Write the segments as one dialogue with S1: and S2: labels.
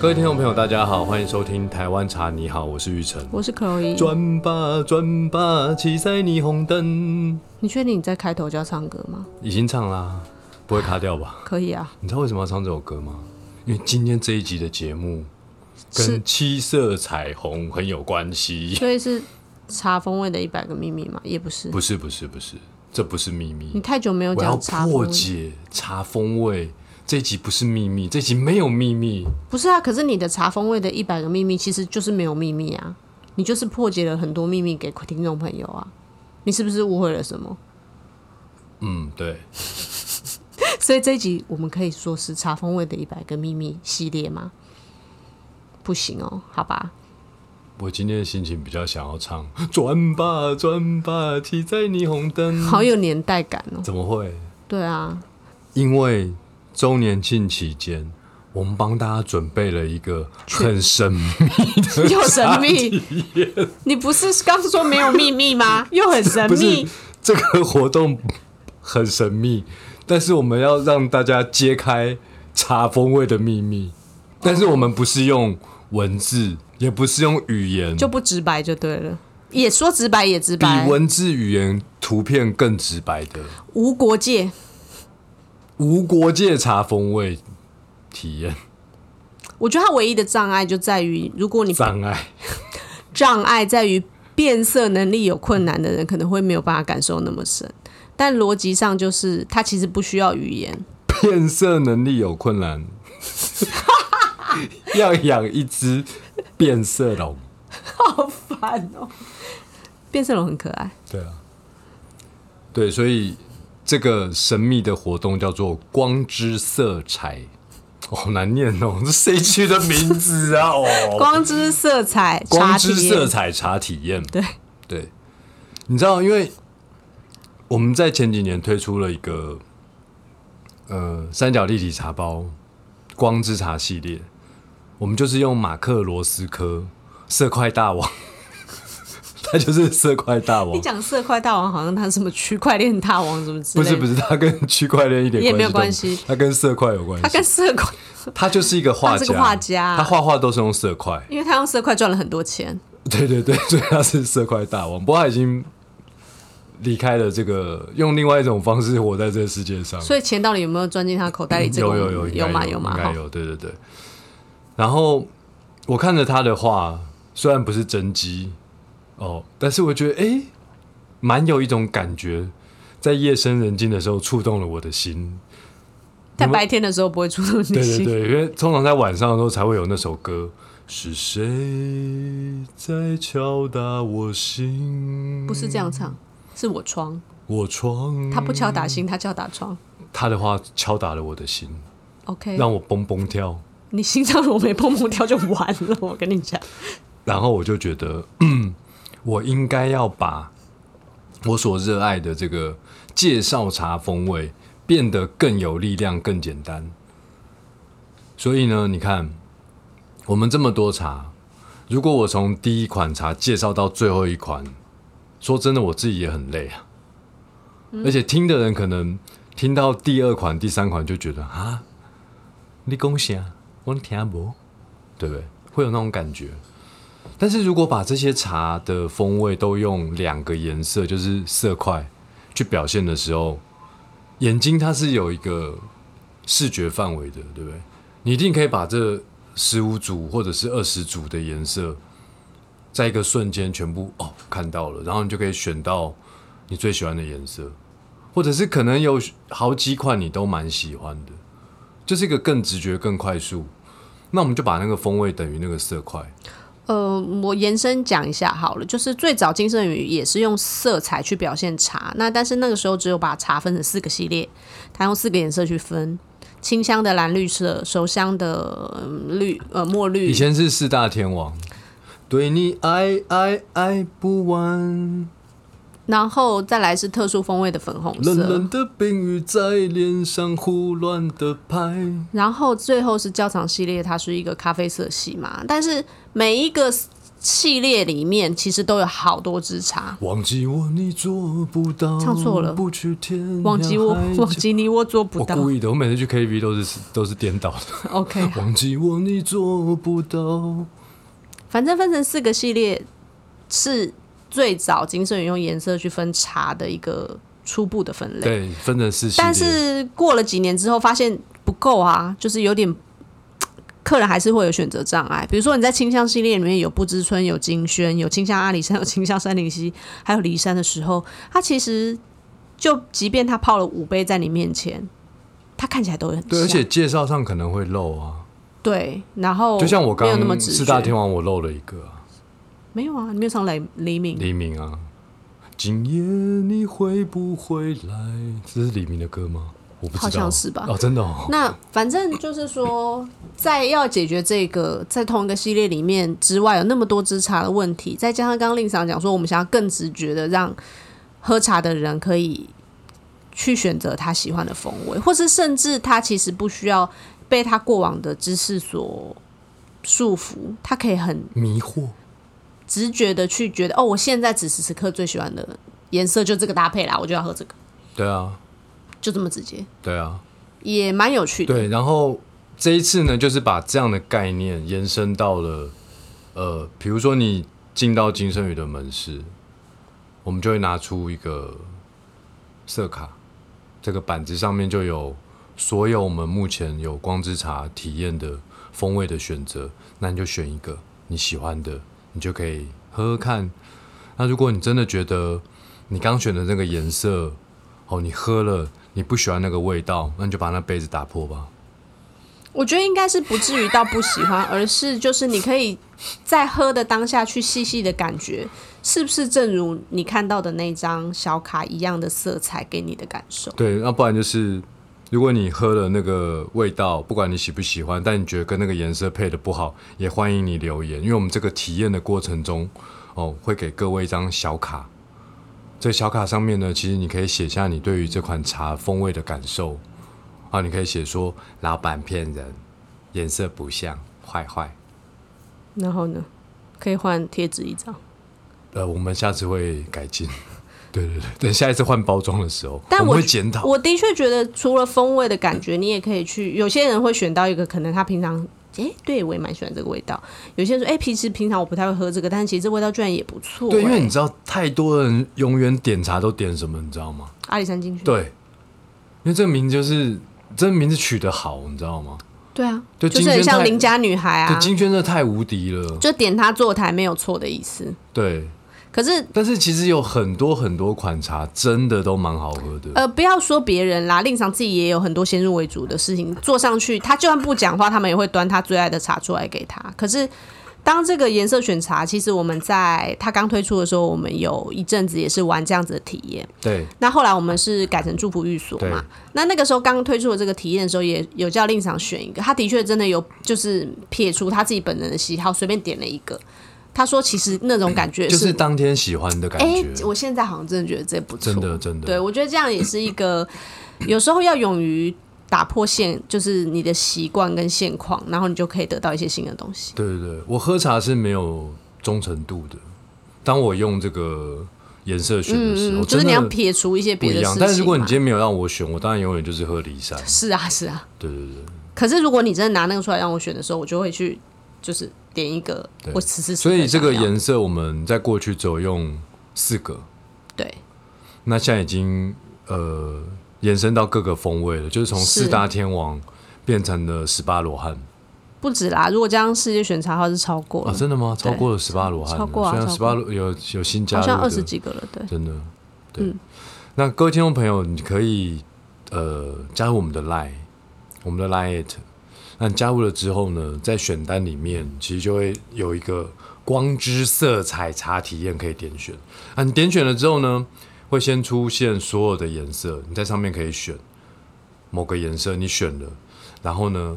S1: 各位听众朋友，大家好，欢迎收听《台湾茶》，你好，我是玉成。
S2: 我是 Chloe。
S1: 转吧转吧，七彩霓虹灯，
S2: 你确定你在开头就要唱歌吗？
S1: 已经唱啦，不会卡掉吧？
S2: 可以啊，
S1: 你知道为什么要唱这首歌吗？因为今天这一集的节目
S2: 是
S1: 跟七色彩虹很有关系。
S2: 所以是茶风味的一百个秘密嘛？也不是，
S1: 不是不是不是，这不是秘密
S2: 你，太久没有
S1: 我要
S2: 讲茶风
S1: 破
S2: 味，
S1: 解茶风味。这一集不是秘密，这一集没有秘密。
S2: 不是啊？可是你的茶风味的一百个秘密其实就是没有秘密啊，你就是破解了很多秘密给听众朋友啊。你是不是误会了什么？
S1: 嗯，对，
S2: 所以这一集我们可以说是茶风味的一百个秘密系列吗？不行哦，好吧，
S1: 我今天的心情比较想要唱《转吧转吧，骑在霓虹灯》。
S2: 好有年代感哦。
S1: 怎么会？
S2: 对啊，
S1: 因为周年庆期间，我们帮大家准备了一个很神秘的
S2: 又神秘
S1: 话题，
S2: 你不是刚说没有秘 密吗？又很神
S1: 不
S2: 秘
S1: 是。这个活动很神秘，但是我们要让大家揭开茶风味的秘密，但是我们不是用文字，也不是用语言，
S2: 就不直白就对了，也说直白也直
S1: 比
S2: 白，
S1: 文字语言图片更直白的
S2: 无国界。
S1: 无国界茶风味体验
S2: 我觉得它唯一的障碍就在于，如果你
S1: 障碍。
S2: 障碍在于变色能力有困难的人，可能会没有办法感受那么深。但逻辑上就是，它其实不需要语言，
S1: 变色能力有困难， 要养一只变色龙。
S2: 好烦哦、变色龙很可爱，
S1: 对啊，对，所以这个神秘的活动叫做“光之色彩”，哦好难念哦，这谁取的名字啊？ 哦，
S2: 光之色彩，
S1: 光
S2: 茶
S1: 之
S2: 体
S1: 色
S2: 验，
S1: 彩茶体验。
S2: 对，
S1: 对，你知道，因为我们在前几年推出了一个呃三角立体茶包光之茶系列，我们就是用马克罗斯科色块大王， 他就是色块大王
S2: 你，讲色块大王好像他什么区块链大王什么之
S1: 不
S2: 类的，
S1: 是不是，他跟区块链一点
S2: 也没有
S1: 关系都
S2: 关
S1: 没
S2: 系
S1: 有，他跟色块有关
S2: 他
S1: 系，
S2: 跟色块，
S1: 他就是一个画
S2: 他
S1: 家，
S2: 是个画家
S1: 他画画都是用色块，
S2: 因为他用色块赚了很多钱，
S1: 对对对，所以他是色块大王，不过他已经离开了这个，用另外一种方式活在这个世界上。
S2: 所以钱到底有没有钻进他口袋里？这个
S1: 有
S2: 我
S1: 有
S2: 们
S1: 有
S2: 有嘛
S1: 有
S2: 嘛，
S1: 应
S2: 好
S1: 该有，对对对。然后我看着他的画，虽然不是真机哦，但是我觉得诶，蛮有一种感觉，在夜深人静的时候触动了我的心。
S2: 在
S1: 你们
S2: 白天的时候不会触动你
S1: 对
S2: 的
S1: 对
S2: 心。
S1: 对，因为通常在晚上的时候才会有那首歌。是谁在敲打我心？
S2: 不是这样唱，是我窗，
S1: 我窗，
S2: 他不敲打心，他敲打窗。
S1: 他的话敲打了我的心，
S2: OK，
S1: 让我蹦蹦跳，
S2: 你心脏如果没砰砰跳就完了， 我跟你讲，
S1: 然后我就觉得， 嗯，我应该要把我所热爱的这个介绍茶风味变得更有力量、更简单。所以呢，你看，我们这么多茶，如果我从第一款茶介绍到最后一款，说真的，我自己也很累啊。而且听的人可能听到第二款、第三款就觉得啊，你讲啥？我听不，对不对？会有那种感觉。但是如果把这些茶的风味都用两个颜色，就是色块去表现的时候，眼睛它是有一个视觉范围的，对不对？你一定可以把这十五组或者是二十组的颜色，在一个瞬间全部哦看到了，然后你就可以选到你最喜欢的颜色，或者是可能有好几款你都蛮喜欢的，就是一个更直觉、更快速。那我们就把那个风味等于那个色块，
S2: 呃，我延伸讲一下好了，就是最早金圣宇也是用色彩去表现茶，那但是那个时候只有把茶分成四个系列，他用四个颜色去分。清香的蓝绿色，熟香的嗯绿呃墨绿，
S1: 以前是四大天王，对你爱爱爱不完，
S2: 然后再来是特殊风味的粉红色，
S1: 冷冷的冰雨在脸上胡乱的拍。
S2: 然后最后是教场系列，它是一个咖啡色系嘛，但是每一个系列里面其实都有好多支茶。
S1: 忘记我你做不到，
S2: 唱错了
S1: 不去天涯
S2: 忘记我
S1: 海，角
S2: 忘记你，我做不
S1: 我
S2: 到。
S1: 故意的，我每次去 KTV 都是都是颠倒的。
S2: OK，
S1: 忘记我你做不到，
S2: 反正分成四个系列是最早金圣宇用颜色去分茶的一个初步的分类。
S1: 对，分成四系列。
S2: 但是过了几年之后，发现不够啊，就是有点。客人还是会有选择障碍，比如说你在清香系列里面有不知春、有金萱、有清香阿里山、有清香山林溪，还有骊山的时候，它其实就即便它泡了五杯在你面前，它看起来都很
S1: 对，而
S2: 像
S1: 且介绍上可能会漏啊，
S2: 对，然后
S1: 就像我
S2: 哦没有
S1: 刚
S2: 那么
S1: 刚
S2: 直
S1: 四大
S2: 觉
S1: 天王，我漏了一个、啊、
S2: 没有啊，你没有唱雷黎明，
S1: 黎明啊。今夜你会不会来？这是黎明的歌吗？我不知道，
S2: 好像是吧
S1: 哦，真的哦。
S2: 那反正就是说，在要解决这个在同一个系列里面之外有那么多支茶的问题，再加上刚刚令赏讲说，我们想要更直觉的让喝茶的人可以去选择他喜欢的风味，或是甚至他其实不需要被他过往的知识所束缚，他可以很
S1: 迷惑，
S2: 直觉的去觉得，哦，我现在此时此刻最喜欢的颜色就这个搭配啦，我就要喝这个，
S1: 对啊，
S2: 就这么直接，
S1: 对啊，
S2: 也蛮有趣的。
S1: 对。然后这一次呢，就是把这样的概念延伸到了，呃，比如说你进到金生宇的门市，我们就会拿出一个色卡，这个板子上面就有所有我们目前有光之茶体验的风味的选择，那你就选一个你喜欢的，你就可以喝喝看。那如果你真的觉得你刚选的那个颜色，哦，你喝了你不喜欢那个味道，那你就把那杯子打破吧。
S2: 我觉得应该是不至于到不喜欢，而是就是你可以在喝的当下去细细的感觉，是不是正如你看到的那张小卡一样的色彩给你的感受。
S1: 对，那不然就是，如果你喝了那个味道，不管你喜不喜欢，但你觉得跟那个颜色配的不好，也欢迎你留言，因为我们这个体验的过程中，哦，会给各位一张小卡。这小卡上面呢，其实你可以写下你对于这款茶风味的感受啊，你可以写说老板骗人，颜色不像，坏坏。
S2: 然后呢，可以换贴纸一张。
S1: 呃，我们下次会改进。 对对对，等下一次换包装的时候，
S2: 但
S1: 我
S2: 我
S1: 们会检讨。
S2: 我的确觉得，除了风味的感觉，你也可以去。有些人会选到一个可能他平常，诶、对我也蛮喜欢这个味道。有些人说，诶、平时平常我不太会喝这个，但是其实这味道居然也不错、
S1: 对，因为
S2: 诶
S1: 你知道，太多人永远点茶都点什么，你知道吗？
S2: 哎阿里山进去，
S1: 对，因为这个名字就是这个名字取得好，你知道吗？
S2: 对啊，
S1: 就
S2: 就是
S1: 金
S2: 很
S1: 萱
S2: 像
S1: 太
S2: 邻家女孩
S1: 对，
S2: 啊，
S1: 金萱真的太无敌了。
S2: 就点它坐台没有错的意思。
S1: 对，
S2: 可是
S1: 但是其实有很多很多款茶真的都蛮好喝的。
S2: 呃，不要说别人啦，令赏自己也有很多先入为主的事情。坐上去，他就算不讲话，他们也会端他最爱的茶出来给他。可是。当这个颜色选茶，其实我们在它刚推出的时候，我们有一阵子也是玩这样子的体验。
S1: 对
S2: 那后来我们是改成祝福寓所嘛
S1: 对？
S2: 那那个时候刚推出的这个体验的时候，也有叫令赏选一个，他的确真的有就是撇除他自己本人的喜好，随便点了一个。他说其实那种感觉
S1: 就是当天喜欢的感
S2: 哎、
S1: 觉，
S2: 我现在好像真的觉得这不错，
S1: 真的真
S2: 对
S1: 的。
S2: 我觉得这样也是一个，有时候要勇于打破现，就是你的习惯跟现况，然后你就可以得到一些新的东西。
S1: 对对对，我喝茶是没有忠诚度的。当我用这个颜色选的时候，
S2: 嗯，就
S1: 哦真的
S2: 是你要撇除一些
S1: 不
S2: 别的
S1: 一
S2: 事
S1: 样
S2: 情嘛。。
S1: 但是如果你今天没有让我选，我当然永远就是喝骊山。
S2: 是啊是啊，
S1: 对对对。
S2: 可是如果你真的拿那个出来让我选的时候，我就会去就是点一个
S1: 对
S2: 我此时此刻
S1: 所以这个
S2: 想要的
S1: 颜色我们在过去只有用四个，
S2: 对
S1: 那现在已经呃延伸到各个风味了，就是从
S2: 是
S1: 四大天王变成了十八罗汉
S2: 不止啦，如果这样世界选茶号是超过了，
S1: 啊，真的吗？
S2: 嗯对
S1: 超过了十八罗汉了，
S2: 超过啊
S1: 虽然
S2: 超
S1: 十
S2: 过
S1: 八罗有有新加
S2: 好
S1: 入
S2: 像
S1: 的，
S2: 二十几个了，对。
S1: 真的对。那各位听众朋友，你可以呃加入我们的 Line，我们的 Line it。那你加入了之后呢，在选单里面其实就会有一个光之色彩茶体验可以点选。啊，你点选了之后呢，会先出现所有的颜色，你在上面可以选某个颜色，你选了，然后呢，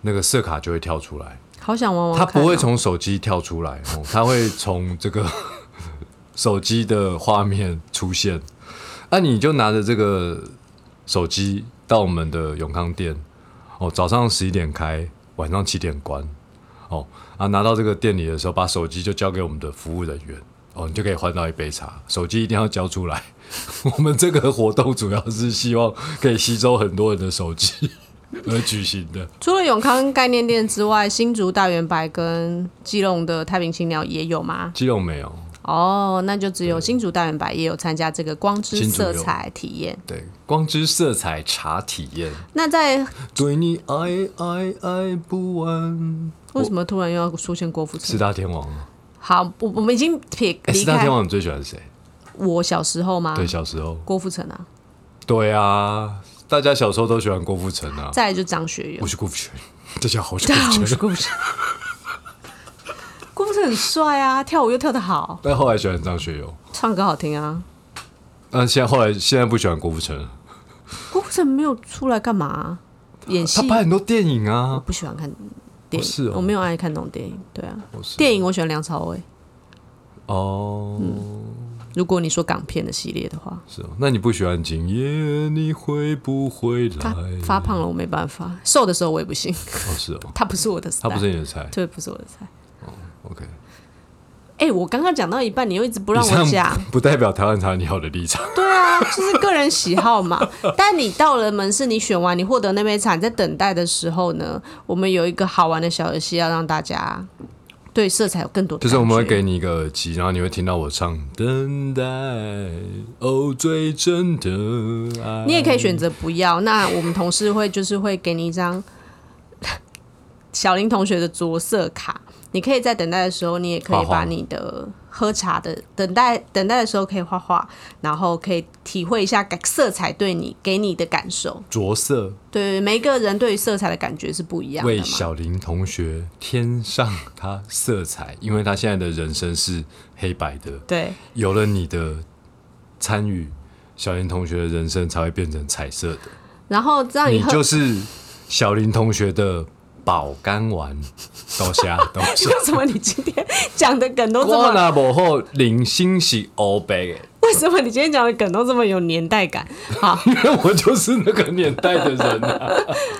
S1: 那个色卡就会跳出来。
S2: 好想玩玩
S1: 它
S2: 看哦、
S1: 不会从手机跳出来， 哦，它会从这个 手机的画面出现。那、你就拿着这个手机到我们的永康店，哦，早上十一点开，晚上七点关。哦啊，拿到这个店里的时候，把手机就交给我们的服务人员哦，你就可以换到一杯茶。手机一定要交出来。 我们这个活动主要是希望可以吸收很多人的手机 而举行的。
S2: 除了永康概念店之外，新竹大圆白跟基隆的太平青鸟也有吗？
S1: 基隆没有，
S2: 哦，那就只有新竹大圆白也有参加这个光之
S1: 新竹
S2: 色
S1: 有
S2: 彩体验。
S1: 对，光之色彩茶体验，
S2: 那在
S1: 对你爱爱爱不完，
S2: 为什么突然又要出现郭富
S1: 四
S2: 城？
S1: 大天王吗？
S2: 好，我我们已经撇
S1: 哎，
S2: 离
S1: 四大
S2: 开啊
S1: 天王你最喜欢谁？
S2: 我小时候吗？
S1: 对，小时候，
S2: 郭富城啊，
S1: 对啊，大家小时候都喜欢郭富城啊。
S2: 再来就张学友
S1: 我。是郭富城， 大家好，我是
S2: 大
S1: 郭
S2: 家好，
S1: 富
S2: 我是
S1: 城。
S2: 郭富城。郭富城很帅啊，跳舞又跳得好，
S1: 但后来喜欢张学友，
S2: 唱歌好听啊。
S1: 但现在后来现在不喜欢郭富城了，
S2: 郭富城没有出来干嘛、啊演戏
S1: 他？拍很多电影啊。
S2: 不喜欢看电影，
S1: 哦是哦
S2: 我没有爱看那种电影。对啊，
S1: 我是
S2: 电影我喜欢梁朝伟。
S1: 哦，
S2: 嗯如果你说港片的系列的话，
S1: 是哦。那你不喜欢今夜你会不会来
S2: 他？发胖了我没办法，瘦的时候我也不行，
S1: 哦，是哦，
S2: 他不是我的菜，
S1: 他不是你的菜。
S2: 对，不是我的菜。
S1: OK，
S2: 哎、我刚刚讲到一半，你又一直不让
S1: 以
S2: 我
S1: 上
S2: 讲。
S1: 不代表台湾茶你好的立场。
S2: 对啊，就是个人喜 好嘛。但你到了门市，你选完，你获得那杯茶，你在等待的时候呢，我们有一个好玩的小游戏，要让大家对色彩有更多的
S1: 就是我们会
S2: 感觉
S1: 给你一个耳机，然后你会听到我唱《嗯等待》，哦，最真的嗯爱。
S2: 你也可以选择不要。那我们同事会就是会给你一张小林同学的着色卡，你可以在等待的时候，你也可
S1: 画
S2: 以
S1: 画
S2: 把你的喝茶的等待等待的时候可以画画，然后可以体会一下感色彩对你给你的感受。
S1: 着色
S2: 对，每一个人对于色彩的感觉是不一样的
S1: 为
S2: 嘛。
S1: 小林同学添上他色彩，因为他现在的人生是黑白的，
S2: 对，
S1: 有了你的参与，小林同学的人生才会变成彩色的。
S2: 然后让你
S1: 你
S2: 喝，。
S1: 就是小林同学的保肝丸，刀虾刀虾
S2: 为什么你今天讲的梗都这
S1: 我
S2: 么？
S1: 那无好，零星是欧白的，
S2: 为什么你今天讲的梗都这么有年代感？好，
S1: 因为我就是那个年代的人啊。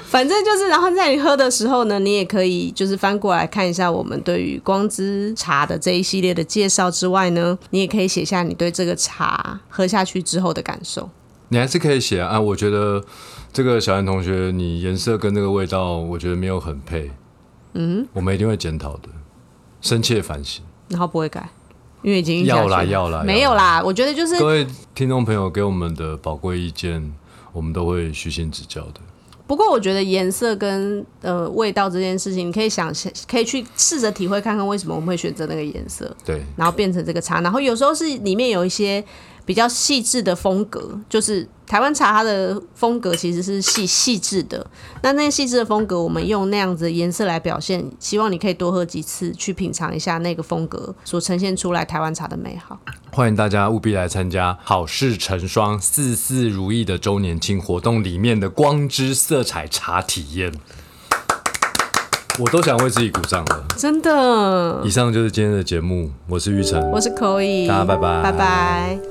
S2: 反正就是，然后在你喝的时候呢，你也可以就是翻过来看一下我们对于光之茶的这一系列的介绍之外呢，你也可以写下你对这个茶喝下去之后的感受。
S1: 你还是可以写啊啊。我觉得这个小安同学，你颜色跟这个味道，我觉得没有很配。嗯，我们一定会检讨的，深切反省。
S2: 然后不会改，因为已经下去
S1: 要啦
S2: 了
S1: 要啦
S2: 没有啦，我觉得就是
S1: 各位听众朋友给我们的宝贵意见，我们都会虚心指教的。
S2: 不过我觉得颜色跟呃味道这件事情，你可以想象，可以去试着体会看看为什么我们会选择那个颜色，
S1: 对，
S2: 然后变成这个茶。然后有时候是里面有一些比较细致的风格，就是台湾茶它的风格其实是细细致的。那那些细致的风格，我们用那样子的颜色来表现，希望你可以多喝几次，去品尝一下那个风格所呈现出来台湾茶的美好。
S1: 欢迎大家务必来参加好事成双、事事如意的周年庆活动里面的光之色彩茶体验。我都想为自己鼓掌了。
S2: 真的，
S1: 以上就是今天的节目，我是玉成，
S2: 我是 Chloe，
S1: 大家拜拜
S2: 拜拜。